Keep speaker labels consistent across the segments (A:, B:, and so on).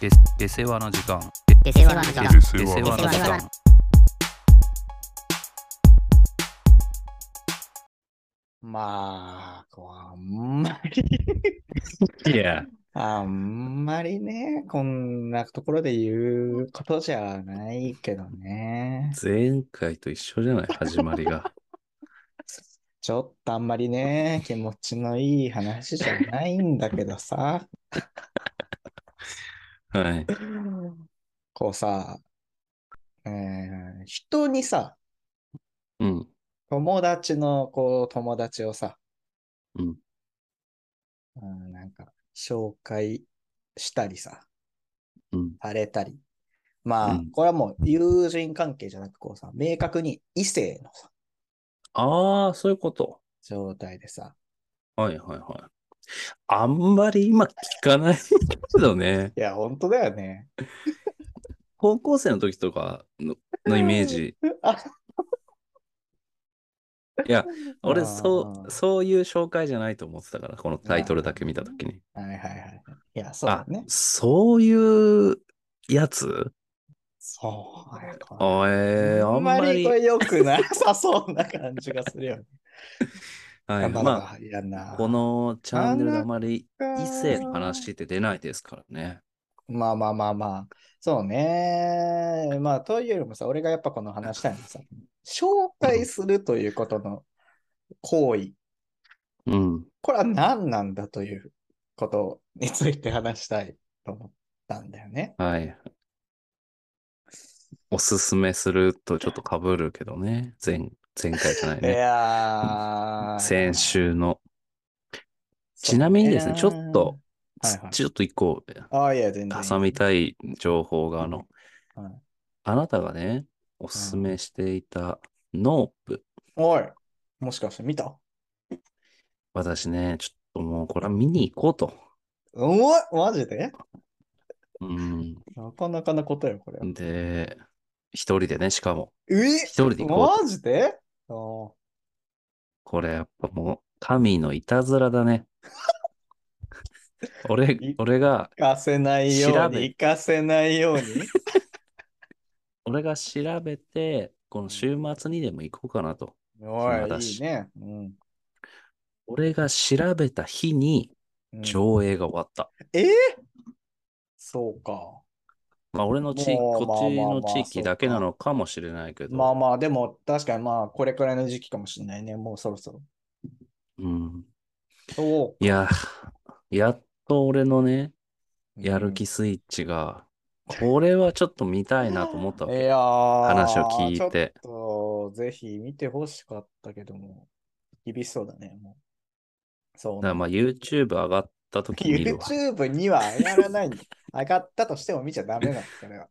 A: で、で世話の時間。
B: デセワの時間
C: デセ
A: で世話の時
B: 出世話
A: 間。
D: まあ、こうあんまり、
C: いや、
D: あんまりね、こんなところで言うことじゃないけどね。
C: 前回と一緒じゃない、始まりが。
D: ちょっとあんまりね、気持ちのいい話じゃないんだけどさ、
C: はい。
D: こうさ、えー人にさ、
C: うん。
D: 友達のこう友達をさ、
C: うん
D: うんなんか紹介したりさ、
C: うん。
D: されたり。まあ、
C: うん
D: これはもう友人関係じゃなく、こうさ、明確に異性のさ
C: ああ、そういうこと。
D: 状態でさ、
C: はいはいはい。あんまり今聞かないけどね。
D: いや、本当だよね。
C: 高校生の時とかののイメー ジ。
D: あ
C: いや、
D: あ
C: 俺、
D: ー
C: そう、そういう紹介じゃないと思ってたから、このタイトルだけ見た時に。
D: はいはいはい。いや、そう
C: あ
D: だね、。
C: そういうやつ
D: そうだよこ
C: あ
D: れ
C: えー、あんまり。
D: こ
C: は
D: れ良くなさそうな感じがするよ ね。
C: い、
D: まあ
C: ま
D: まあ、いや
C: あ、
D: な。
C: このチャンネルであまり
D: 異
C: 異性の話って出ないですからね。
D: まあまあまあまあ。そうね。まあ、というよりもさ、俺がやっぱこの話したいのはさ、紹介するということの行為。
C: うん。
D: これは何なんだということについて話したいと思ったんだよね。
C: はい。おすすめするとちょっとかぶるけどね。前、前回じゃない
D: い
C: ね。
D: や
C: 先
D: ー。そうね
C: 週の。ちなみにですね、ちょっと、
D: はいはい
C: ちょっと一個
D: ああ、いや、全然。
C: 挟みたい情報が、あの、
D: はい
C: あなたがね、おすすめしていたノープ。
D: おい、もしかして見た
C: 私ね、ちょっともうこれは見に行こうと。
D: おい、マジで
C: うん。
D: なかなかなことよ、これは。
C: で、一人でね、しかも、
D: え
C: 一人で行こうと。
D: マジでお
C: これやっぱもう、神のいたずらだね。 俺
D: い、
C: 俺が、
D: 行かせないよ
C: 調
D: う
C: べ
D: に、行かせないように。
C: 俺が調べて、この週末にでも行こうかなと。
D: お
C: 暇だ
D: い、
C: し
D: いいね。うん
C: 俺が調べた日に
D: うん
C: 上映が終わった。
D: えーそうか。
C: まあ、俺の地域、
D: もう
C: こっち
D: まあまあ
C: の
D: まあ
C: 地域だけなのかもしれないけど。
D: まあまあ、でも確かにまあ、これくらいの時期かもしれないね。もうそろそろ。
C: うん。
D: そ
C: いや、やっと俺のね、
D: う。
C: やる気スイッチが、これはちょっと見たいなと思った
D: う
C: わ
D: ん。
C: け。
D: いやー、
C: 話を聞いて。
D: ちょっと、ぜひ見てほしかったけども、厳しそうだね。もうそう
C: だから
D: ね。
C: まあ YouTube 上がった時見るわ。
D: YouTube には上がらない んだ。上がったとしても見ちゃダメなの、それは。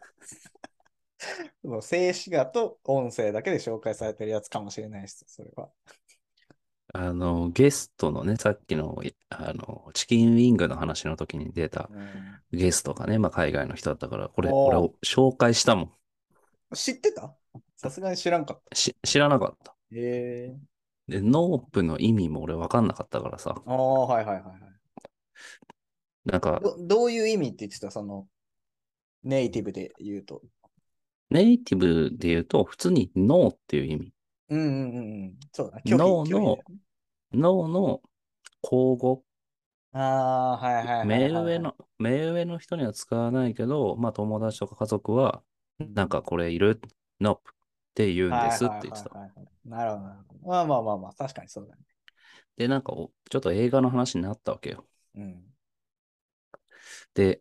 D: もう静止画と音声だけで紹介されてるやつかもしれないし、それは。
C: あの、ゲストのね、さっきの、いあの、チキンウィングの話の時に出た
D: うん
C: ゲストがね、まあ海外の人だったから、これ、
D: おー
C: 俺を紹介したもん。
D: 知ってたさすがに知らんかっ
C: し、知らなかった。
D: た。へえ。
C: で、ノープの意味も俺分かんなかったからさ、
D: ああ、はいはいはいはい。
C: なんか、
D: どどういう意味って言ってたそのネイティブで言うと。
C: ネイティブで言うと、普通にノーっていう意味。
D: うんうんうんうん。そうだな。拒
C: 脳
D: 否
C: の
D: 拒否だよね
C: ノーの口語、
D: ああ、はいはいはいはい。
C: 目上。の、目上の人には使わないけど、まあ友達とか家族は、なんかこれいる、ノープって言うんですって言ってた。
D: はいはいはいはい。なるほどなるほど。まあまあまあまあ、確かにそうだね。
C: で、なんかお、ちょっと映画の話になったわけよ。
D: うん。
C: で、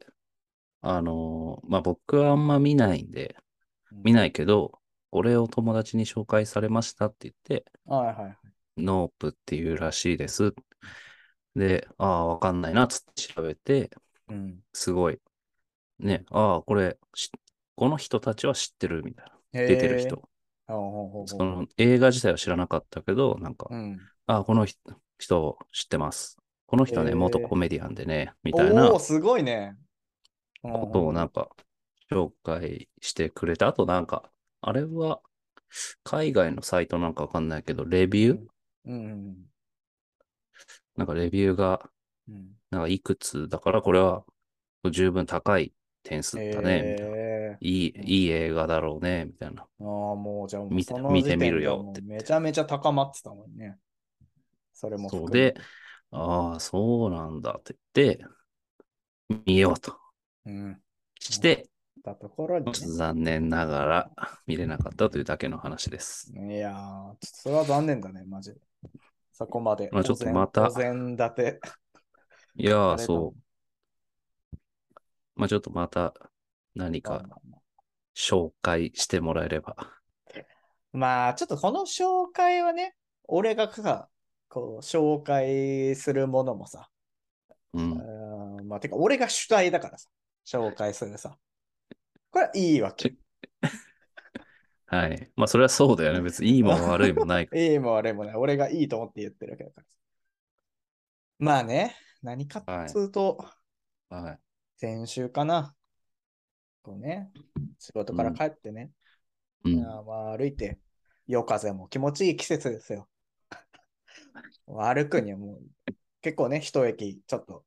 C: あのーまあ、僕はあんま見ないんで、
D: うん
C: 見ないけど、これを友達に紹介されましたって言って、
D: はいはいはい。
C: ノープっていうらしいです。で、ああ、わかんないな、つって調べて、
D: うん。
C: すごい。ね、ああ、これ、しこの人たちは知ってるみたいな。
D: 出
C: 出てる人。。
D: ほうほうほう
C: そ
D: ほう
C: の映画自体は知らなかったけど、なんか、
D: うん。
C: ああ、この人人を知ってます。この人はね、
D: へえ
C: 元コメディアンでね、み
D: お
C: たいな
D: おー、すごいね。
C: ことをなん
D: か。
C: か紹介してくれて、あとなんか、あれは海外のサイトなんかわかんないけど、レビュー、
D: うん
C: なんかレビューが
D: うんうん。
C: なんかいくつだから、これは十分高い点数
D: え
C: だね、みたいな。
D: え
C: いい、いい映画だろうね、みたいな。
D: ああ、もうじゃあもう
C: 見て
D: その時点
C: 見てみ
D: で
C: るよ
D: も
C: っ
D: う
C: て
D: めちゃめちゃ高まってたもんね。それも
C: そ
D: 含
C: う
D: め
C: で、ああ、そうなんだって言って、見ようと
D: うん。
C: して、
D: たところに、
C: ちょっと残念ながら見れなかったというだけの話です。
D: ね。いやー、ちょっとそれは残念だね、マジで。そこまで。
C: まあちょっと
D: お膳
C: また
D: お膳立て。
C: いや
D: あ
C: ー、
D: れだ
C: そう。まあちょっとまた何
D: まあ
C: か紹介してもらえれば。
D: まあ、ちょっとこの紹介はね、俺がさ、こう、紹介するものもさ、
C: うん。
D: うんまあ、てか、俺が主体だからさ、紹介するさ。これはいいわけ。
C: はい。まあそれはそうだよね。別にいいも悪いもないか
D: いいも悪いもない。俺がいいと思って言ってるわけだから。まあね、何かっつうと、
C: ら。はい。
D: 先週かな。こうね、仕事から帰ってね、
C: うん。
D: あーまあ歩いて、夜風も気持ちいい季節ですよ。 歩くにはもう、結構ね、一駅ちょっと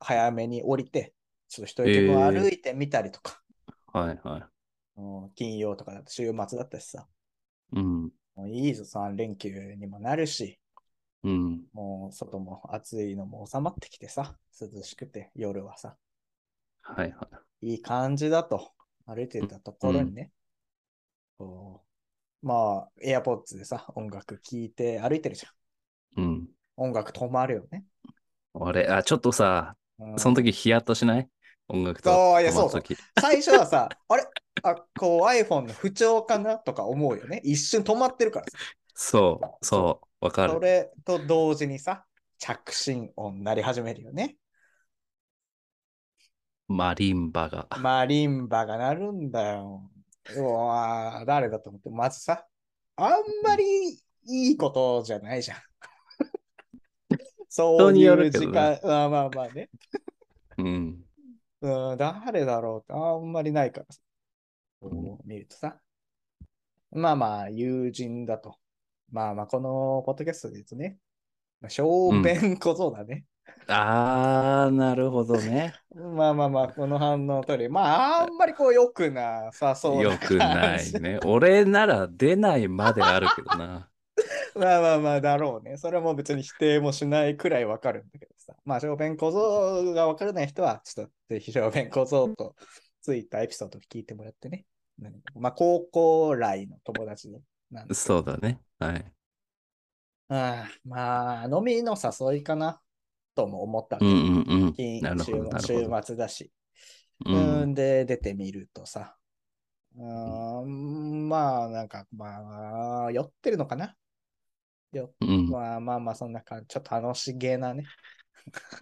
D: 早めに降りて、ちょっと一駅分
C: えー
D: 歩いてみたりとか、
C: はいは
D: うん金曜とかだと週末だったしさ、
C: い。うん。
D: もういいぞ、3連休にもなるし、
C: うん。
D: もう外も暑いのも収まってきてさ、涼しくて夜はさ、
C: はいはい。
D: いい感じだと歩いてたところにね、こう、まあ、エアポッツでさ、音楽聴いて歩いてるじゃん。
C: うん。
D: 音楽止まるよね。
C: 俺、あ、ちょっとさ、
D: うん
C: その時ヒヤッとしない音楽と
D: そういや
C: 止ま
D: そう
C: る
D: そう
C: 時。
D: 最初はさ、 あれあ、こう iPhone の不調かなとか思うよね。一瞬止まってるからさ。
C: そう、そう、わか
D: そ
C: る。
D: れと同時にさ、着信音鳴り始めるよね。
C: マリンバが。
D: マリンバが鳴るんだよ。うわー誰だと思って、まずさ、あんまりいいことじゃな いじゃん。そう
C: に
D: い
C: よ
D: う
C: るけ
D: 時
C: どね
D: 間、あまあまあね。
C: うん。
D: うん、誰だろうってあんまりないからさ。こう見るとさ。まあまあ、友人だと。まあまあ、このポッドキャストで言うとね、まあ小便小僧だね。
C: あー、なるほどね。
D: まあまあまあ、この反応の通り、まあ、あんまりこう、良くなさ そう
C: よ
D: な
C: くな
D: 感
C: い
D: じ
C: ね。俺なら出ないまであるけどな。
D: まあまあまあだろうね。それも別に否定もしないくらいわかるんだけどさ。まあ、小便小僧がわからない人は、ちょっとぜひ小便小僧とついたエピソードを聞いてもらってね。何かまあ、高校来の友達に。なんです
C: そうだね。はい。
D: ああまあ、飲みの誘いかなとも思った
C: う
D: わけ
C: んうんうん。
D: 金
C: なる
D: 週
C: ほど、な
D: 週
C: るほど。
D: 末だし。
C: う。
D: うんんで、出てみるとさ。うーん、まあ、なんか、まあ、酔ってるのかな。酔っ
C: うん。
D: まあまあまあ、そんな感じ。ちょっと楽しげなね。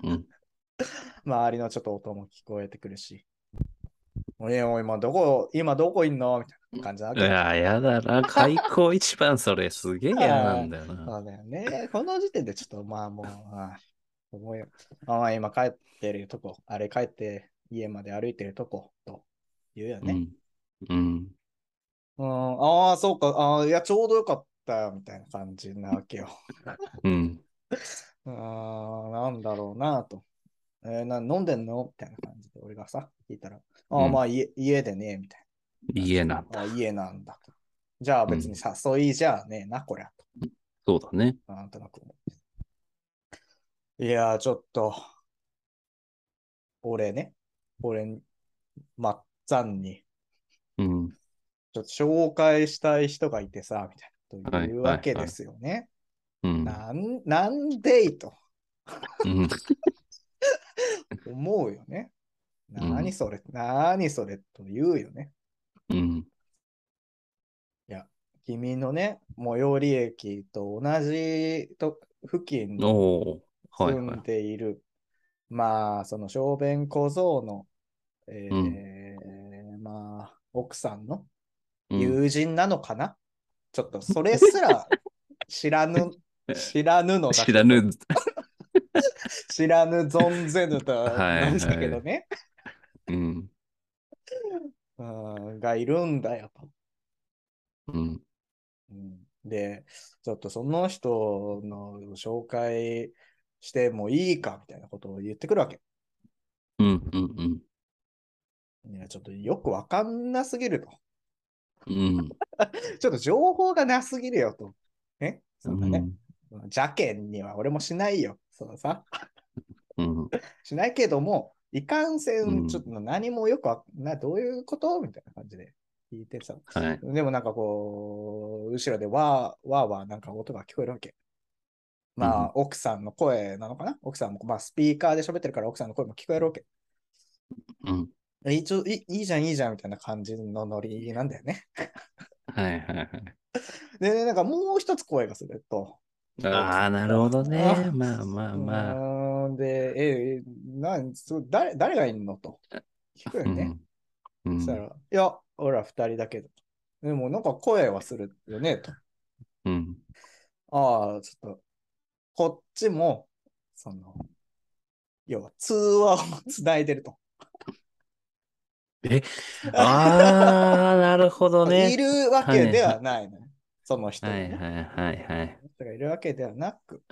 C: うん。
D: 周りのちょっと音も聞こえてくるし。おいおい、今どこ、今どこいんのみたいな感じだ
C: いやー、やだな。開口一番それ、すげえ嫌なんだよな。
D: そうだよね。この時点でちょっとまあもう、あー思いあー今帰ってるとこ、あれ帰って家まで歩いてるとこ、と言うよ
C: う
D: ね。
C: ん。うん。
D: うん、ああ、そうか、ああ、いや、ちょうどよかったよ、みたいな感じなわけよ。
C: うん。
D: あーなんだろうなと。えーな、飲んでんのみたいな感じで、俺がさ、聞いたら、ああ、
C: うん
D: まあ、家家でね、みたい
C: 家なん
D: な。あ
C: だ。
D: 家なんだと。じゃあ別に誘いじゃねえな、こりゃ。
C: そうだね。
D: となんとなく思って。いやー、ちょっと、俺ね、俺、まっつぁんに、
C: うん。
D: ちょっと紹介したい人がいてさ、みたいなこと
C: はい
D: 言う
C: はい
D: わけ
C: はい
D: ですよね。
C: うん。
D: なん、なんでいと。
C: うん。
D: 思うよね。
C: うん
D: 何それ、何それと言うよね。
C: うん。
D: 君のね、最寄り駅と同じと付近に
C: おー。はい
D: 住
C: は
D: ん
C: い。
D: でいる、まあ、その小便小僧の、えー
C: う
D: まあ、奥さんの
C: うん
D: 友人なのかな、ちょっとそれす ら知らぬ、知らぬのだけ
C: 知らぬ。
D: 知らぬ存ぜぬと
C: はい
D: なんだけどね、
C: うん。
D: うん、がいるんだよと。
C: うん。
D: うんで、ちょっとその人の紹介してもいいかみたいなことを言ってくるわけ。
C: うん。うん。うん。
D: いや、ちょっとよくわかんなすぎると。
C: うん。
D: ちょっと情報がなすぎるよと。ねそんな
C: う
D: ね。
C: ん
D: 邪剣には俺もしないよ。そのさ。
C: うん。
D: しないけども、いかんせ
C: うん
D: ん、ちょっと何もよくわ、な、どういうことみたいな感じで聞いてさ。
C: はい。
D: でもなんかこう、後ろでわー、わーわーなんか音が聞こえるわけ。まあ、奥さんの声なのかな奥さんも、まあ、スピーカーで喋ってるから奥さんの声も聞こえるわけ。
C: うん。
D: 一応、いいいじゃん、いいじゃん、みたいな感じのノリなんだよね。
C: はいはいはい。
D: で、なんかもう一つ声がすると。
C: ああ、なるほどね
D: あ。
C: まあまあまあ。
D: うーんで、え、えなんそう誰誰がいんのと聞くよね。
C: うん。う
D: そ
C: ん
D: したら、いや、俺ら二人だけど。でもなんか声はするよね、と。
C: うん。
D: ああ、ちょっと、こっちも、その、要は通話をつないでると。
C: ああ、なるほど
D: い
C: ね。
D: るわけではないのよ、その人が
C: は
D: ね
C: いはいはいはい。
D: 人がいるわけではなく、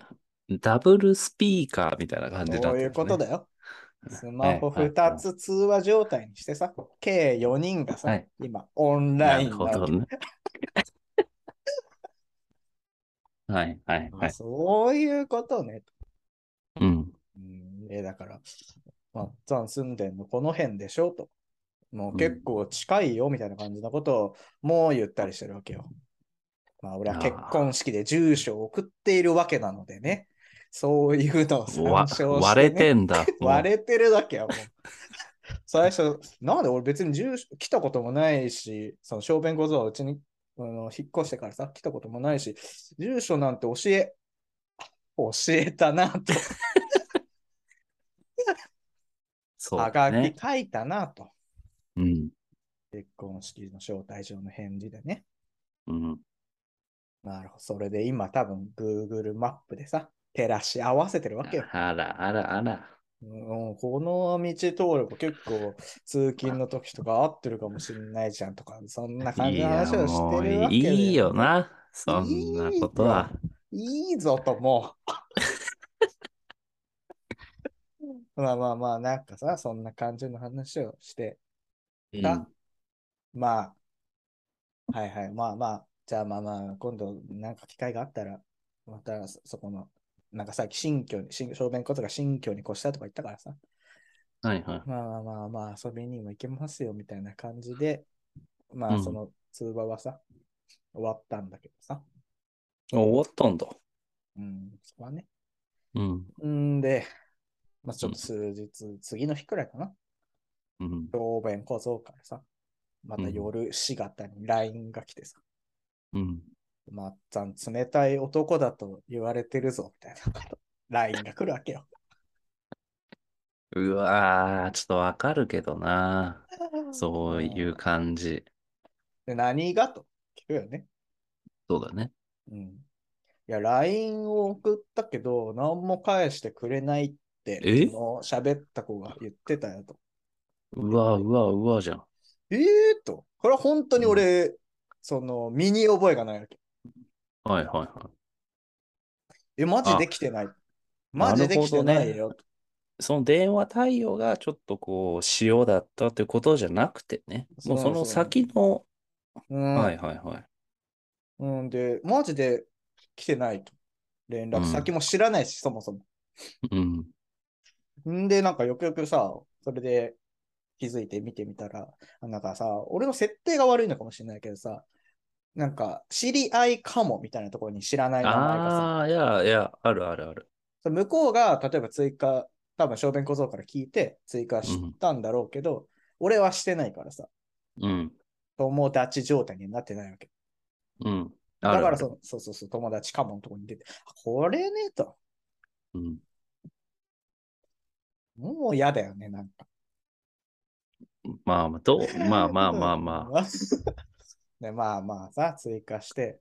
C: ダブルスピーカーみたいな感じだった
D: そ
C: ん
D: う
C: です
D: いうことだよ。
C: ね
D: スマホ
C: はいはい
D: 2つ通話状態にしてさ、計4人がさ、
C: はい
D: 今、オン
C: な
D: ライン
C: る
D: な
C: ほ
D: わけ
C: どね。はいはいは
D: あ
C: い。
D: そういうことね。
C: うん。
D: うん、え、だから、まっつぁん住んでんのこの辺でしょと。もう結構近いよみたいな感じのことをもう言ったりしてるわけよ。まあ俺は結婚式で住所を送っているわけなのでね。そういうのを参
C: わ
D: 照して、ね。
C: 割れてんだ。
D: 割れてるだけやもう最初、なんで俺別に住所来たこともないし、その小便小僧はうちにあの引っ越してからさ、来たこともないし、住所なんて教え、教えたなと、
C: そう
D: はが
C: ね
D: き。書いたなと、
C: うん。
D: 結婚式の招待状の返事でね。
C: うん。
D: なるほど、それで今多分 Google マップでさ、照らし合わせてるわけよ。
C: あらあらあら。
D: うん、この道通れば結構通勤の時とか合ってるかもしれないじゃんとか、そんな感じの話をしてるわけ
C: い
D: で
C: やもういいよ。な。そんなことは。
D: いいぞともう。まあまあまあ、なんかさ、そんな感じの話をして、いいよ
C: うん
D: まあ、はいはい、まあまあ、じゃあまあまあ、今度なんか機会があったら、またそそこの、なんかさっき新居に、新小便ことが新居に越したとか言ったからさ、
C: はいはい。
D: まあまあまあまあ遊びにも行けますよみたいな感じで、ま
C: う
D: あ
C: ん
D: その通話はさ、終わったんだけどさ。
C: あ終わったんだ。
D: うん、そこはね。
C: うん。
D: うんで、まあちょっと数日、次の日くらいかな。
C: うん。
D: 小便小僧からさ、また夜しがたに LINE が来てさ、
C: うん。
D: まっちゃん冷たい男だと言われてるぞみたいなこと LINE が来るわけよ。
C: うわー、ちょっとわかるけどな。そういう感じ。
D: で何がと聞くよね。
C: そうだね。
D: うん。いや、LINE を送ったけど、何も返してくれないって、
C: え
D: その喋った子が言ってたよと。
C: うわうわうわじゃん。
D: ええと。これは本当に俺、その、身に覚えがないわけ。
C: はいはいは
D: え、マジ
C: あ
D: できてない。マジできてないよ。
C: い。その電話対応がちょっとこう、塩だったってことじゃなくてね。もう
D: そう
C: そ
D: そう
C: の先の、
D: うん、
C: はいはいはい。
D: うんで、マジで来てないと。連絡先も知らないし、そもそも。
C: うん。
D: んで、なんかよくよくさ、それで気づいて見てみたら、なんかさ、俺の設定が悪いのかもしれないけどさ、なんか、知り合いかもみたいなところに知らない名前がさ、
C: ああ、いやいや、あるあるある。
D: それ向こうが例えば追加、多分小便小僧から聞いて追加したんだろうけど、俺はしてないからさ、
C: うん。
D: 友達状態になってないわけ。
C: うん。あ
D: だ
C: るあ
D: から
C: る。
D: そ、そうそうそう、友達かものとこに出て、あこれねと、
C: うん。
D: もう嫌だよね、なんか。
C: まあまあ、どうまあまあまあまあ。
D: あ。で、まあまあさ、追加して、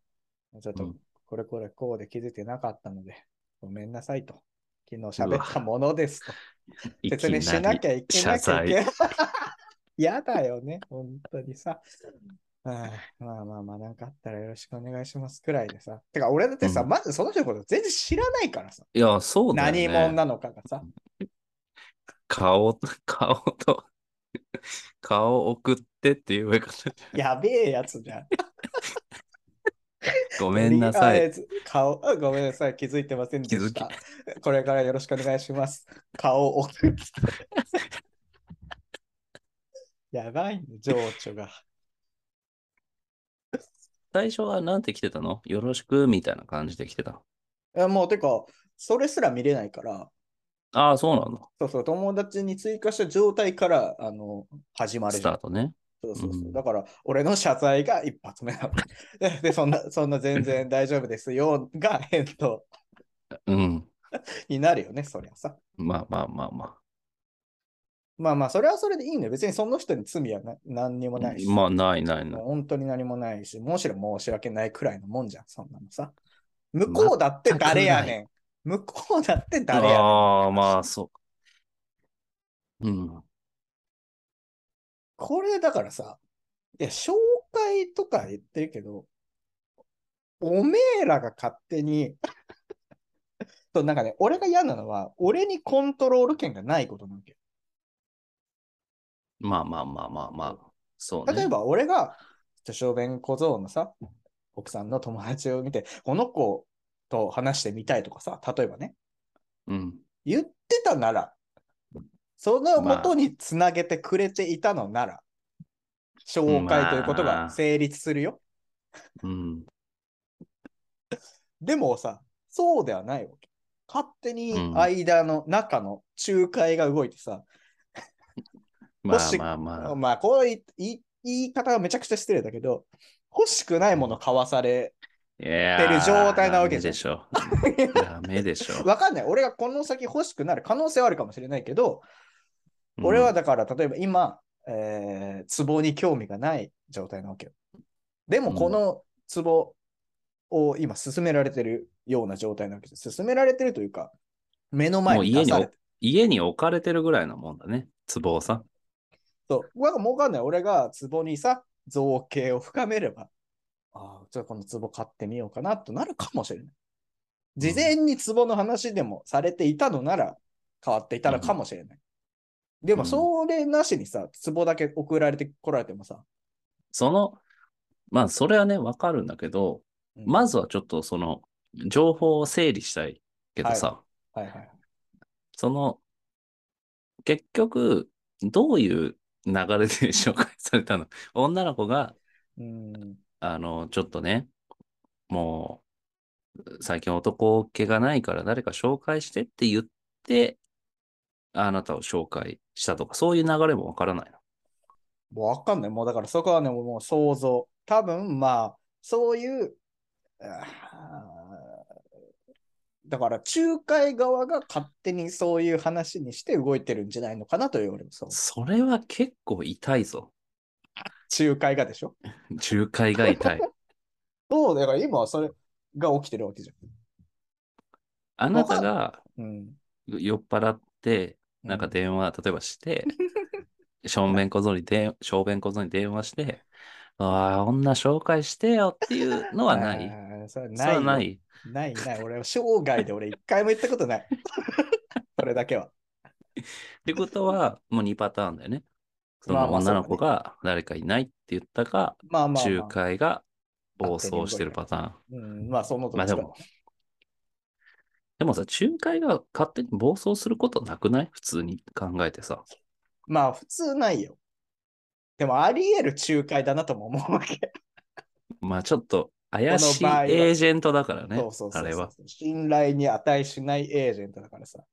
D: ちょっ
C: う
D: と
C: ん
D: これこれこうで気づいてなかったので、ごめんなさいと。昨日喋ったものですと。
C: い
D: 説
C: き
D: 明しな
C: な
D: きゃい
C: り
D: け
C: 謝
D: なきゃい
C: 罪
D: け。ない。 やだよね、本当にさ。はいまあまあまあ、なんかあったらよろしくお願いしますくらいでさ。てか、俺だってさ、
C: うん
D: まずその人のこと全然知らないからさ。
C: いや、そうだよ
D: 何者
C: ね。
D: なのかがさ。
C: 顔と、顔と、顔送ってっていう上から、
D: やべえやつじゃん。
C: ご
D: ご
C: めんなさい。。
D: 顔、あごめんなさい。気づいてませんでした
C: 気。
D: これからよろしくお願いします。顔を送って。やばいね、情緒が。
C: 最初はなんて来てたのよろしくみたいな感じで来てた。
D: いやもう、てか、それすら見れないから、
C: ああ、そうなんだ。
D: そうそう、友達に追加した状態から、あの、始まる
C: ス
D: じゃ
C: タ
D: ん
C: ー。トね。
D: そうそうそう。
C: うん
D: だから、俺の謝罪が一発目なの。 でで、そんな、そんな全然大丈夫ですよが返答
C: うん。
D: になるよね、そりゃさ。
C: まあまあまあま
D: まあまあ、それはそれでいいね。別にその人に罪はな何にもないし。
C: あ。まあ、ないない
D: も
C: な
D: う
C: い。
D: 本当に何もないし、むしろ申し訳ないくらいのもんじゃん、そんなのさ。向こうだって誰やねん。向こうだって誰やねん。
C: ああ、まあそう。うん。
D: これだからさ、いや、紹介とか言ってるけど、おめえらが勝手 に、そう、なんかね、俺が嫌なのは、俺にコントロール権がないことなわけ
C: まあまあまあまあまあ。そうね。
D: よ。例えば、俺が、女小弁小僧のさ、奥さんの友達を見て、この子と話してみたいとかさ、例えばね、
C: うん。
D: 言ってたなら、その元につなげてくれていたのなら、紹介ということが成立するよ。
C: うん。
D: でもさ、そうではないわけ。勝手に間の中の仲介が動いてさ、
C: ま
D: も
C: あ
D: し
C: まあまあ。
D: まあ、こうい言い言い方がめちゃくちゃ失礼だけど、欲しくないもの買わされ、
C: いや
D: てる状態なわ
C: ーダメ
D: けじゃ
C: で
D: ん
C: しょ。ダメでしょ。
D: わかんない。俺がこの先欲しくなる可能性はあるかもしれないけど、俺はだから、例えば今、えー、壺に興味がない状態なわけよ。でも、
C: うん
D: この壺を今、勧められてるような状態なわけです。勧められてるというか、目の前
C: もう
D: に
C: 家
D: 出
C: に
D: されて
C: 家に置かれてるぐらいなもんだね。壺をさ。
D: そう。わかもうわかんない。俺が壺にさ、造形を深めれば、ああ、じゃあこの壺買ってみようかなとなるかもしれない。事前に壺の話でもされていたのなら、変わっていたのかもしれない。で
C: う
D: も、
C: ん
D: それなしにさ、壺だけ送られてこられてもさ、
C: その、まあそれはね、わかるんだけど、
D: うん
C: まずはちょっとその、情報を整理したいけどさ、
D: はいはい。
C: その、結局、どういう流れで紹介されたの女の子が、
D: うん。
C: あの、ちょっとね、もう、最近男気がないから誰か紹介してって言って、あなたを紹介したとか、そういう流れもわからないの。
D: もうわかんない。もうだからそこはね、もう想像。多分まあ、そういう、あーだから仲介側が勝手にそういう話にして動いてるんじゃないのかなという俺もそう。
C: それは結構痛いぞ。
D: 仲介がでしょ
C: 仲介が 痛い。
D: そう、だから今はそれが起きてるわけじ
C: あなたが
D: ゃん。うん。
C: 酔っ払って、なんか電話、例えば して、正面小僧に電、小便小僧に電話して、ああ、女紹介してよっていうのはない。
D: あーそれは
C: それ
D: な
C: は
D: いよ。
C: な
D: ない
C: い。
D: ないない。俺は生涯で俺一回も言ったこ とない。それだけは。
C: ってことは、もう2パターンだよ ね。そ
D: まあ
C: の
D: まあ
C: 女の子が誰かいないって言ったか、
D: まあまあ、ま
C: 仲
D: あ。
C: 介が暴走してるパターン。
D: うん、まあ、そのど
C: まあ
D: っち
C: で
D: か
C: も、でもさ、仲介が勝手に暴走することなくない普通に考えてさ。
D: まあ普通ないよ。でもあり得る仲介だなとも思うわけ。
C: まあちょっと怪しい
D: この場合は
C: エージェントだからね
D: そうそうそうそ、う
C: あれは。。
D: 信頼に値しないエージェントだからさ。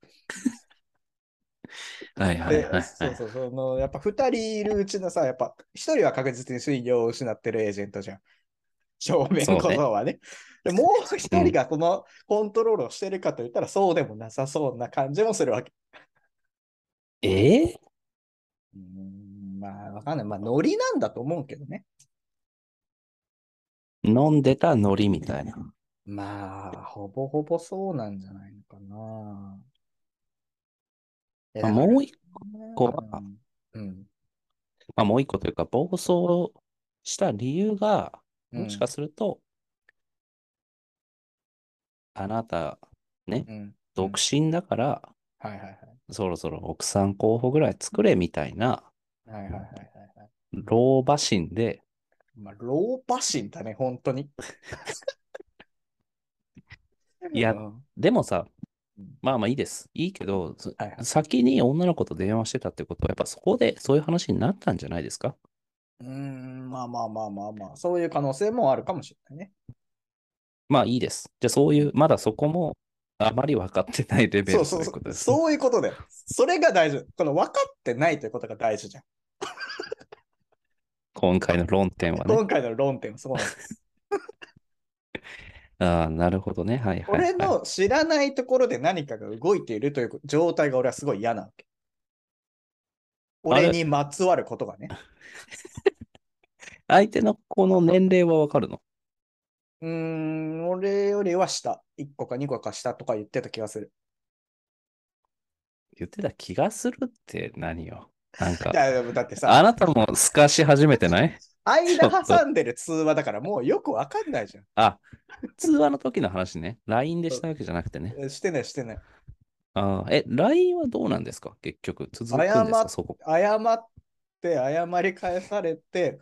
C: はいはいはい、
D: で、
C: は
D: そう
C: い。
D: そうその、やっぱ2人いるうちのさ、やっぱ1人は確実に信用を失ってるエージェントじゃん。正面
C: そう
D: 小
C: ね
D: 僧はね。でもう1人がこのコントロールをしてるかといったら、そうでもなさそうな感じもするわけ。
C: えー
D: うーん、まあわかんない。まあノリなんだと思うけどね。
C: 飲んでたノリみたいな。
D: まあ、ほぼほぼそうなんじゃないのかな。え
C: まあ、もう一個
D: う
C: は、
D: んうん。
C: まあ、もう一個というか、暴走した理由が、
D: うん
C: もしかすると、あなた、
D: うん。
C: 独身だから、
D: はいはいはい。
C: そろそろ奥さん候補ぐらい作れみたいな
D: はいはいはいはいはい。
C: 老婆心で、
D: まあ、老婆心だね、本当に。
C: いや
D: うん
C: でもさ
D: うん、
C: まあまあいいです。いいけど、そ
D: はいはい
C: 先に女の子と電話してたってことは、やっぱそこでそういう話になったんじゃないですか
D: うーん、まあまあまあまあまあ、そういう可能性もあるかもしれないね。
C: まあいいです。じゃあそういう、まだそこもあまり分かってないレベル
D: そう
C: という
D: そ
C: う
D: そ
C: ことで
D: う。
C: すね。
D: そういうことだよ。それが大事。この分かってないということが大事じゃん。
C: 今回の論点はね。
D: 今回の論点はそうなんです。
C: ああ、なるほどね。はいはい、はい。
D: 俺の知らないところで何かが動いているという状態が俺はすごい嫌なわけ。
C: あれ
D: 俺にまつわることがね。
C: 相手の子の年齢は分かるの
D: うーん、俺よりは下。1個か2個か下とか言ってた気がする。
C: 言ってた気がするって何よ。なんか
D: い、や、でもだってさ、
C: あなたもすかし始めて ない
D: 間挟んでる通話だからもうよくわかんないじゃ
C: あ、通話の時の話ね。LINE でしたわけじゃなくてね。
D: ん。してないしてない。
C: あーえ、LINE はどうなんですか結局。続くんです
D: 謝っ
C: かそこ。
D: 謝って、謝り返されて、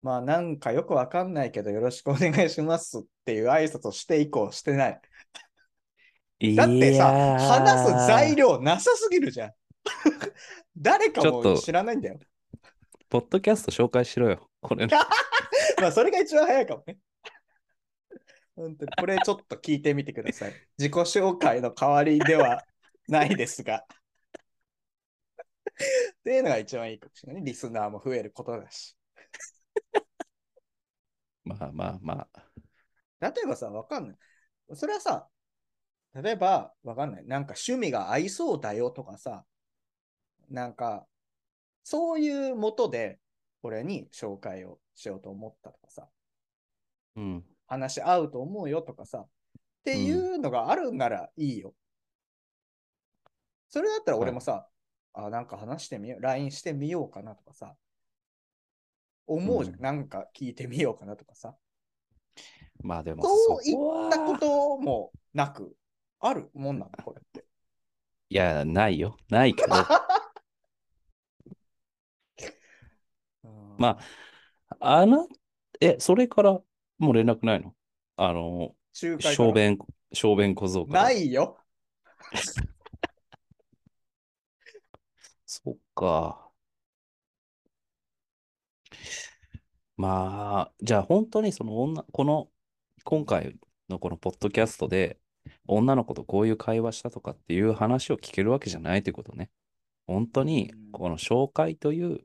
D: まあなんかよくわかんないけどよろしくお願いしますっていう挨拶をして以降してない。だってさ、話す材
C: 料。
D: 料なさすぎるじゃん。 誰か
C: ちょっ
D: も
C: と
D: 知らないんだよ。
C: ポッドキャスト紹介しろよ。これ、
D: まあそれが一番早いかもね。本当にこれちょっと聞いてみてください。自己紹介の代わりではないですが。 っていうのが一番いいかもしれないね。リスナーも増えることだし。
C: まあまあまあ。
D: 例えばさ、わかんない。それはさ、例えば、わかんない。なんか趣味が合いそうだよとかさ、なんか、そういうもとで、俺に紹介をしようと思ったとかさ、
C: うん。
D: 話し合うと思うよとかさ、っていうのがあるならいいよ。それだったら俺もさ、あ、なんか話してみよう、LINE してみようかなとかさ、思うじゃん。
C: うん
D: なんか聞いてみようかなとかさ。
C: まあでも、
D: そうい
C: そこは
D: ったこともなく、あるもんなの、これって。
C: いや、ないよ。ない けど。まあ、あな、え、それからもう連絡ないのあの、
D: 仲介
C: 小便、小便小僧から。
D: ないよ。
C: そっか。まあ、じゃあ本当にその女、この、今回のこのポッドキャストで、女の子とこういう会話したとかっていう話を聞けるわけじゃないということね。本当に
D: うん、
C: この紹介という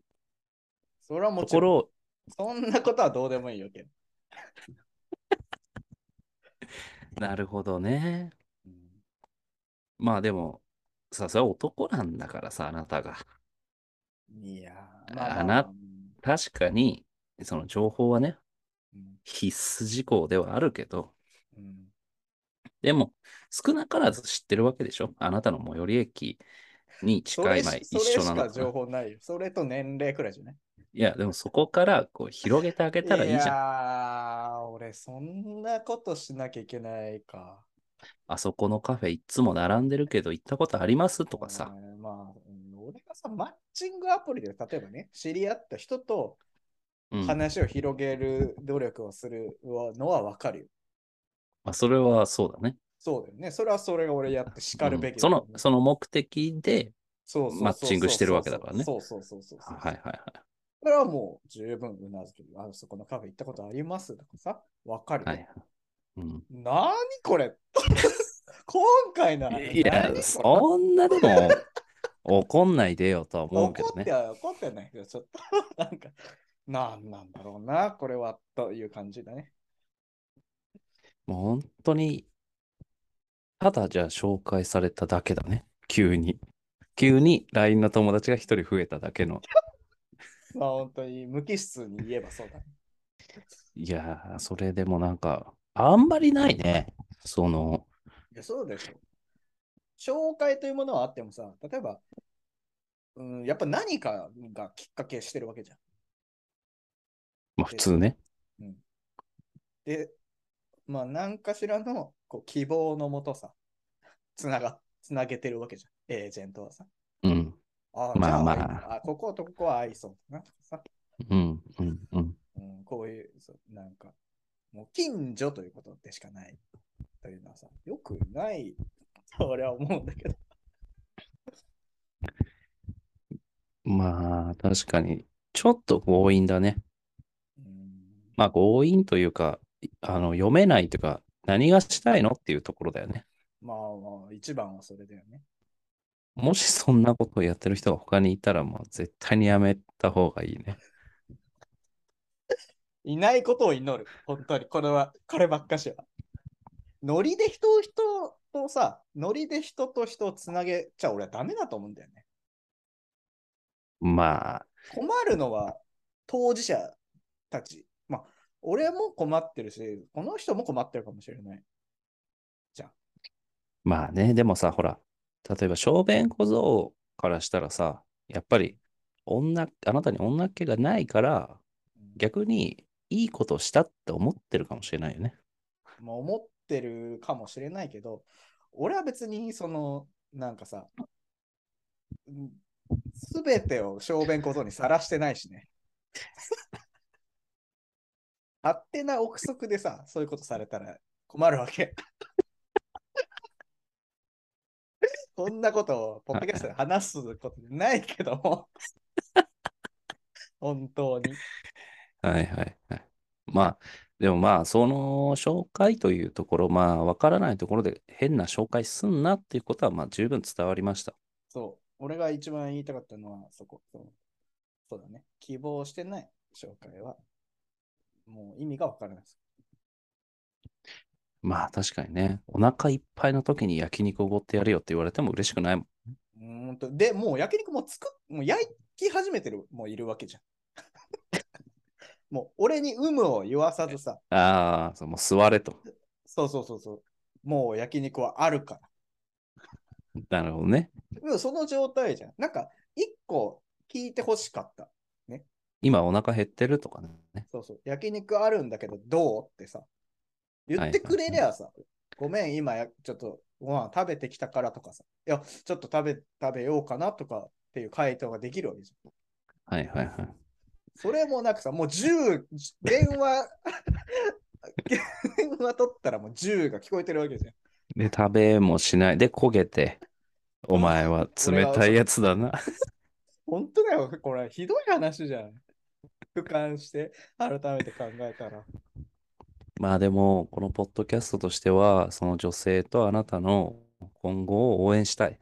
D: それはも
C: と
D: ち
C: こ
D: ろん、
C: ろを、
D: そんなことはどうでもいいよけど。
C: なるほどね。まあでも、さ、それは男なんだからさ、あなたが。
D: いやー、
C: あな確かに、その情報はね、
D: うん
C: 必須事項ではあるけど、
D: うん
C: でも、少なからず知ってるわけでしょあなたの最寄り駅に
D: そ
C: 近
D: れ
C: い、
D: し
C: まあ
D: そ
C: 一
D: れ
C: 緒
D: し
C: なの
D: か
C: かな。
D: 情
C: い
D: 報ないよ。それと年齢くらいじゃない
C: や、でもそこからこう広げてあげたらいいじゃん。
D: ゃん。いやー、俺、そんなことしなきゃいけないか。
C: あそこのカフェいつも並んでるけど行ったことありますとかさ。
D: えーまあ、うん俺がさ、マッチングアプリで、例えばね、知り合った人と
C: うん。ま
D: 話を広げる努力をするのはわかるよ。
C: あ、それはそうだね。
D: そうだよね。それはそれが俺やって叱るべ
C: う
D: き
C: ん
D: だ
C: そ
D: よ
C: の
D: ね、
C: その目的で、
D: そうそうそうそう
C: マッチングしてるわけだからね
D: そうそうそうそうそう。
C: はいはいはい。
D: それはもう十分うなずける。あそこのカフェ行ったことありますとかさ、わかるよ。
C: はいうん、
D: なにこれ 今回 なら。
C: いや、
D: う
C: そんなでも 怒んないでよとは思うけど
D: 怒って
C: ね。
D: は怒ってはないけど、ちょっと なんか、なんなんだろうな、これはという感じだね。
C: もう本当に、ただじゃあ紹介されただけだね。急に。急に LINE の友達が一人増えただけの。
D: まあ本当に無機質に言えばそうだね。
C: いやー、それでもなんか、あんまりないね。その、
D: いや、そうでしょ。紹介というものはあってもさ、例えば、うん、やっぱ何かがきっかけしてるわけじゃん。
C: まあ普通ね。
D: で、まあ何かしらのこう希望のもとさ、つなが、つなげてるわけじゃん。エージェントはさ。
C: うん。
D: ああ
C: まあ
D: じゃ
C: ま
D: あ、こことここは合いそうだな。さ
C: うん、うん、うん。
D: うん、こういう、そうなんか、もう近所ということでしかないというのはさ、よくないと俺は思うんだけど。
C: まあ、確かに、ちょっと強引だね。
D: うん
C: まあ、強引というか、あの、読めないというか、何がしたいのっていうところだよね。
D: まあまあ、一番はそれだよね。
C: もしそんなことをやってる人が他にいたら、もう絶対にやめた方がいいね。
D: いないことを祈る。本当に、これは、こればっかしは。ノリで人を人とさ、ノリで人と人をつなげちゃ俺はダメだと思うんだよね。
C: まあ、
D: 困るのは当事者たち。まあ、俺も困ってるし、この人も困ってるかもしれない。
C: まあね、でもさ、ほら、例えば小便小僧からしたらさ、やっぱり女、あなたに女っ気がないから、逆にいいことしたって思ってるかもしれないよね。
D: まあ、思ってるかもしれないけど、俺は別にその、なんかさ、すべてを小便小僧にさらしてないしね。勝手な憶測でさ、そういうことされたら困るわけ。こんなことをポッドキャストで話すことないけども。本当に。
C: はいはいはい。まあ、でもまあ、その紹介というところ、まあ、わからないところで変な紹介すんなっていうことは、まあ、十分伝わりました。
D: そう。俺が一番言いたかったのはそこ。そうそうだね。希望してない紹介は、もう意味がわからないです。
C: まあ、確かにね、お腹いっぱいの時に焼肉おごってやるよって言われても嬉しくないもん。
D: うーんと。で、もう焼肉も作っ、もう焼き始めてる、もういるわけじゃん。 もう俺に有無を言わさずさ、
C: ああ、そうもう座れと。
D: そうそうそうそう。もう焼肉はあるから。
C: なるほどね。
D: でもその状態じゃん。なんか、一個聞いてほしかった。
C: 今お腹減ってるとかね。
D: そうそう。焼肉あるんだけど、どうってさ。言ってくれりゃさ、ごめん、今や、ちょっとご飯食べてきたからとかさ、いや、ちょっと食べ、食べようかなとかっていう回答ができるわけじゃん。
C: はいはいはい。
D: それもなくさ、もう10、電話、 電話取ったらもう10が聞こえてるわけじゃん。
C: で、食べもしない。で、焦げて、お前は冷たいやつだな。
D: 本当だよ、これ、ひどい話じゃん。俯瞰して、改めて考えたら。
C: まあでも、このポッドキャストとしては、その女性とあなたの今後を応援したい。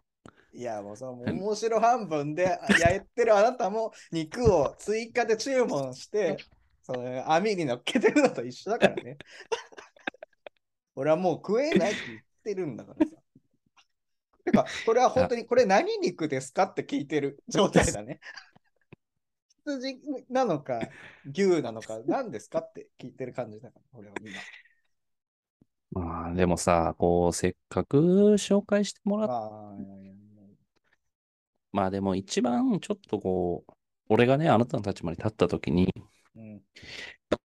D: いや、もうさ、もう面白半分で、あやってるあなたも肉を追加で注文して、その網に乗っけてるのと一緒だからね。 俺はもう食えないって言ってるんだからさ。てか、これは本当に、これ何肉ですかって聞いてる状態だ ね。羊なのか、牛なのか、何ですかって聞いてる感じだから、俺は今。
C: まあでもさ、こう、せっかく紹介してもらっ
D: まあ、いやいや
C: まあでも一番ちょっとこう、俺がね、あなたの立場に立った時に、
D: うん。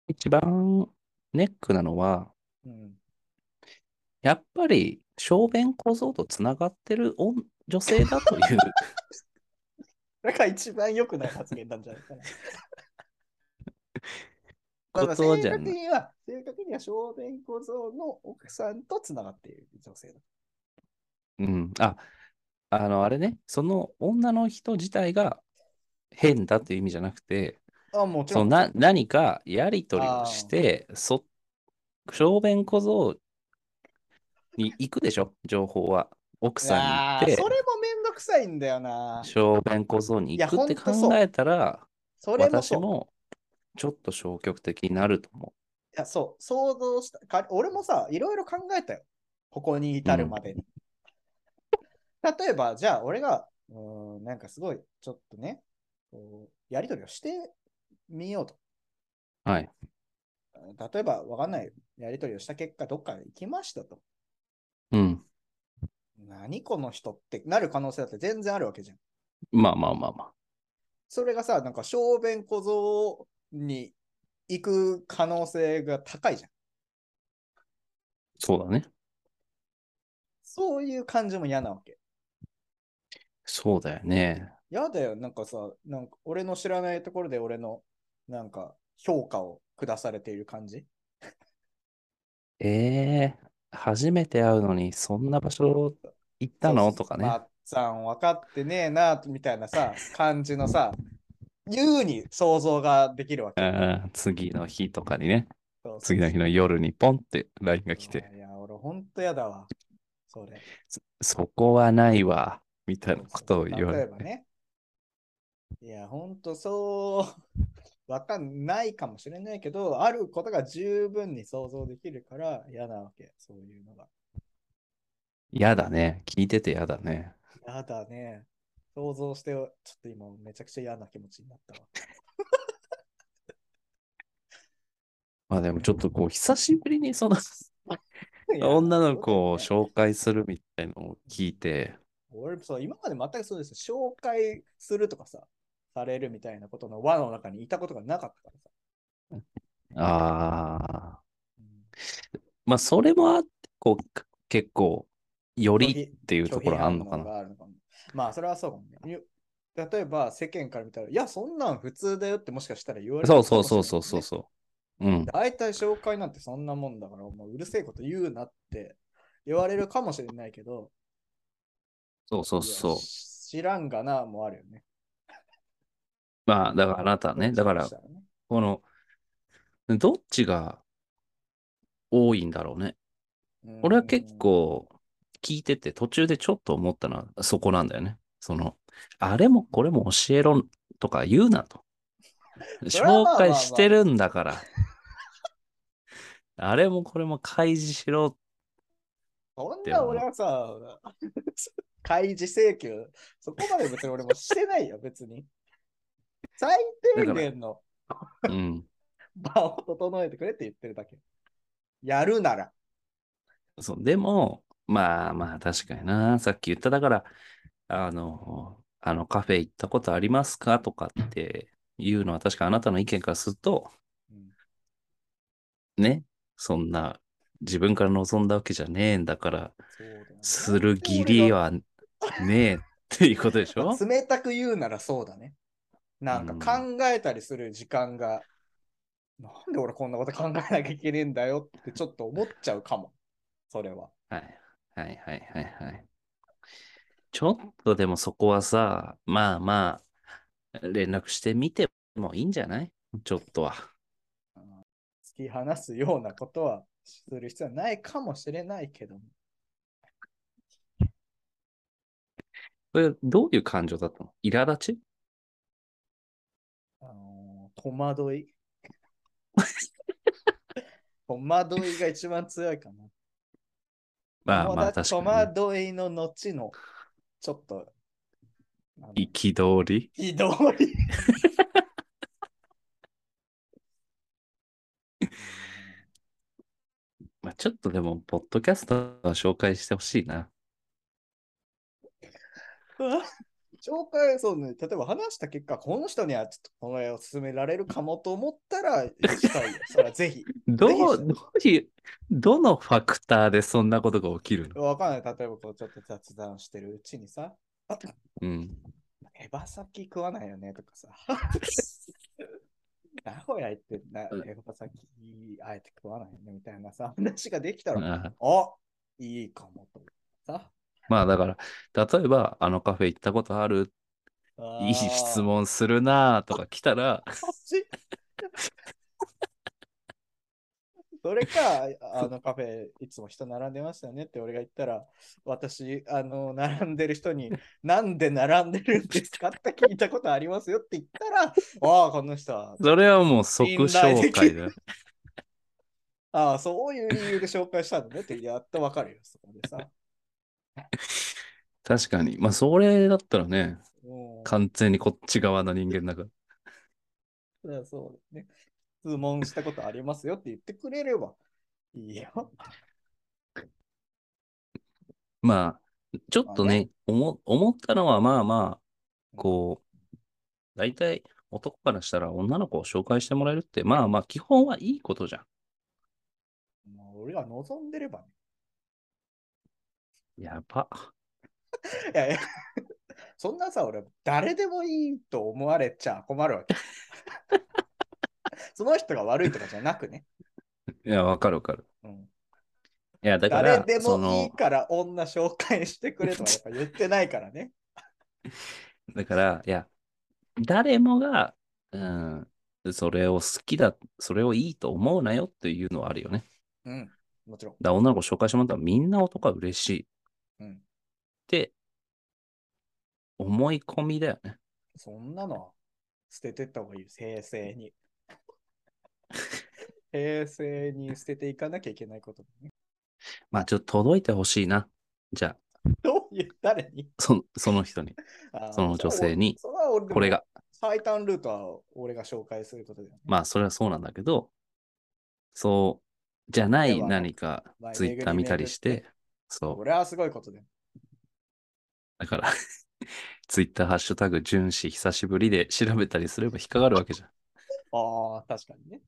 C: 一番ネックなのは、
D: うん。
C: やっぱり小便小僧とつながってる女女性だ という
D: だから一番良くない発言なんじゃない かな。まあま
C: こ
D: あ
C: とじゃな
D: 正確
C: い。
D: には、正確には小便小僧の奥さんとつながっている女性だ。
C: うん。あ、あの、あれね、その女の人自体が変だという意味じゃなくて、
D: あ、もち
C: そ
D: ろ
C: の
D: ん。
C: な何かやり取りをして、そ小便小僧に行くでしょ、情報は。奥
D: い
C: さ
D: や
C: んに
D: ー
C: 行
D: そ
C: っ
D: れもめんどくさいんだよな
C: て、。小便小僧に
D: い
C: 行
D: や
C: くって
D: ほんとそう
C: 考えたら、
D: それも
C: 私
D: そう。
C: もちょっと消極的になると思
D: いや、そう、想像した。か俺もさ、いろいろ考えたよ。ここに至るまでに。例えば、じゃあ、俺が、うーん、なんかすごい、ちょっとね、こうやりとりをしてみようと。
C: う。はい。
D: 例えば、わかんないよやりとりをした結果、どっか行きましたと。
C: うん。
D: 何この人ってなる可能性だって全然あるわけじゃん。
C: まあまあまあまあ。
D: それがさ、なんか小便小僧に行く可能性が高いじゃん。
C: そうだね。
D: そういう感じも嫌なわけ。
C: そうだよね。
D: やだよ、なんかさ、なんか俺の知らないところで俺の、なんか、評価を下されている感じ
C: ええ初めて会うのに、そんな場所行ったのとかね。
D: まっつぁん分かってねえな、みたいなさ、感じのさ、優に想像ができるわけ。
C: うん次の日とかにね、
D: そうそう
C: 次の日の夜にポンって LINE が来て、
D: いや、俺ほんとやだわ。それ。
C: そこはないわ、みたいなことを言わ
D: 例え
C: れ
D: ば
C: て。
D: ね。いや、ほんとそう、わかんないかもしれないけど、あることが十分に想像できるから嫌なわけ、そういうのが。
C: 嫌だね。聞いてて嫌だね。
D: やだね。想像して、ちょっと今めちゃくちゃ嫌な気持ちになったわ。
C: まあでもちょっとこう、久しぶりにその
D: いや
C: 女の子を
D: そうだよね
C: 紹介するみたいのを聞いて、
D: 俺そう、今まで全くそうですよ。紹介するとかさ、されるみたいなことの輪の中にいたことがなかったからさ。
C: ああ、
D: うん
C: まあそれもあって、こう、か結構、よりっていうところあんのか
D: 拒否
C: な。
D: 反応があるのかもまあ、それはそうかもね。ゆ例えば、世間から見たら、いや、そんなん普通だよってもしかしたら言われる
C: そ
D: の
C: う
D: か
C: そ
D: も
C: う
D: し
C: そう
D: れない
C: そうそう
D: ね
C: そう。うん。
D: 大体紹介なんてそんなもんだから、もううるせえこと言うなって言われるかもしれないけど、
C: そうそう
D: い
C: そう
D: や。知らんがなもあるよね。
C: まあ、だからあなたね、だから
D: そ、うしたね
C: この、どっちが多いんだろうね。俺は結、構聞いてて途中でちょっと思ったのはそこなんだよね。その、あれもこれも教えろとか言うなと。
D: それはまあまあまあ
C: 紹介してるんだから。あれもこれも開示しろ。
D: うんそんな俺はさ、 開示請求、そこまで別に俺もしてないよ、別に。最低限の
C: うん。
D: 場を整えてくれって言ってるだけ。やるなら。
C: そう、でも、まあまあ確かにな。さっき言っただから、あの、あのカフェ行ったことありますかとかっていうのは確かあなたの意見からすると、
D: うん
C: ね、そんな自分から望んだわけじゃねえんだから、
D: そうだよね
C: する義理。はねえっていうことでし
D: ま
C: ょ
D: あ冷たく言うならそうだね。なんか考えたりする時間が、なんで俺こんなこと考えなきゃいけねえんだよってちょっと思っちゃうかも。それは。
C: はいはいはいはいはい。ちょっとでもそこはさ、まあまあ、連絡してみてもいいんじゃないちょっとは。
D: 突き放すようなことはする必要はないかもしれないけども。
C: これどういう感情だったの苛立ち
D: あのー戸惑い。戸惑いが一番強いかな。
C: まあまあ
D: 戸惑
C: 確かに、ね。
D: 戸惑いの後の、ちょっと、あの
C: 憤り
D: ひどい。
C: まあちょっとでも、ポッドキャストは紹介してほしいな。
D: 紹介、そうね、例えば話した結果、この人にはちょっとこの絵を勧められるかもと思ったら、したいよ。それはぜひ。
C: ど
D: ぜ
C: う、
D: ひ
C: どういう、どのファクターでそんなことが起きるの
D: わかんない。例えば、こう、ちょっと雑談してるうちにさ、
C: うん。
D: 手羽先食わないよねとか さ。名古屋行ってな、
C: うん
D: 手羽先あえて食わないよねみたいなさ、話ができたら、
C: あ
D: あいいかもとさ。
C: まあだから、例えば、あのカフェ行ったことあるいい質問するなとか来たら、
D: そっち それか、あのカフェ、いつも人並んでましたよねって俺が言ったら、私、あの、並んでる人 に、なんで並んでるんですかって聞いたことありますよって言ったら、ああ、この人は、
C: それはもう即紹介だよ。
D: ああ、そういう理由で紹介したんだねって、やっとわかるよ、そこ でさ。
C: 確かに。まあ、それだったらね、
D: うん
C: 完全にこっち側の人間だから。
D: そりゃそうだね。質問したことありますよって言ってくれればいいよ。
C: まあ、ちょっと
D: まあ
C: ね、思思ったのは、まあまあ、
D: うん
C: こう、大体男からしたら女の子を紹介してもらえるって、まあまあ、基本はいいことじゃん。
D: もう俺が望んでればね。
C: やば。
D: いやいやそんなさ、俺、誰でもいいと思われちゃ困るわけ。その人が悪いとかじゃなくね。
C: いや、わかるわかる。
D: うん、
C: いや、だか
D: 誰
C: ら、
D: で
C: そ
D: もい
C: の
D: い、から女紹介してくれとはやっぱ言ってないからね。
C: だから、いや、誰もが、うん、それを好きだ、それをいいと思うなよっていうのはあるよね。
D: うん、もちろん。
C: だから女の子紹介してもらったらみんな男は嬉しいっ
D: うん、
C: て思い込みだよね。
D: そんなのは捨ててった方がいいよ。平成に。 平成に捨てていかなきゃいけないことだね。
C: まあちょっと届いてほしいな。じゃあ、
D: どういう、誰に
C: そその人に、
D: あー
C: その女性に
D: それは俺でも
C: これが。
D: 最短ルートは俺が紹介することだよね。
C: まあそれはそうなんだけど、そう、じゃな
D: で
C: い
D: は
C: 何か
D: まあ
C: ツイッター見たりし
D: 巡り
C: て、そう、
D: 俺はすごいことだよ。
C: だから、 ツイッターハッシュタグ、純子久しぶりで調べたりすれば引っかかるわけじゃん。
D: ああ、確かにね。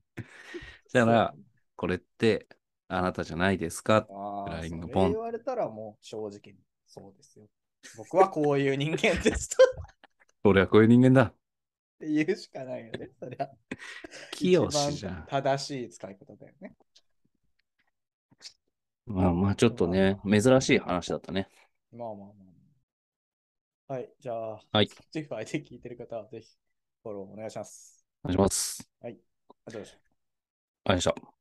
C: だから、これってあなたじゃないですか
D: ああ、それ
C: LINE がポン
D: 言われたらもう正直に、そうですよ。僕はこういう人間ですとっ
C: 俺はこういう人間だ。
D: て言うしかないよね。それは
C: 清志じゃん
D: 一。番正しい使い方だよね。
C: まあまあちょっとね、珍しい話だったね。
D: まあまあまあ。はい、じゃあ、
C: はい
D: Spotify で聞いてる方はぜひフォローお願いします。
C: お願いします。
D: ありがとうございました。
C: ありがとうございました。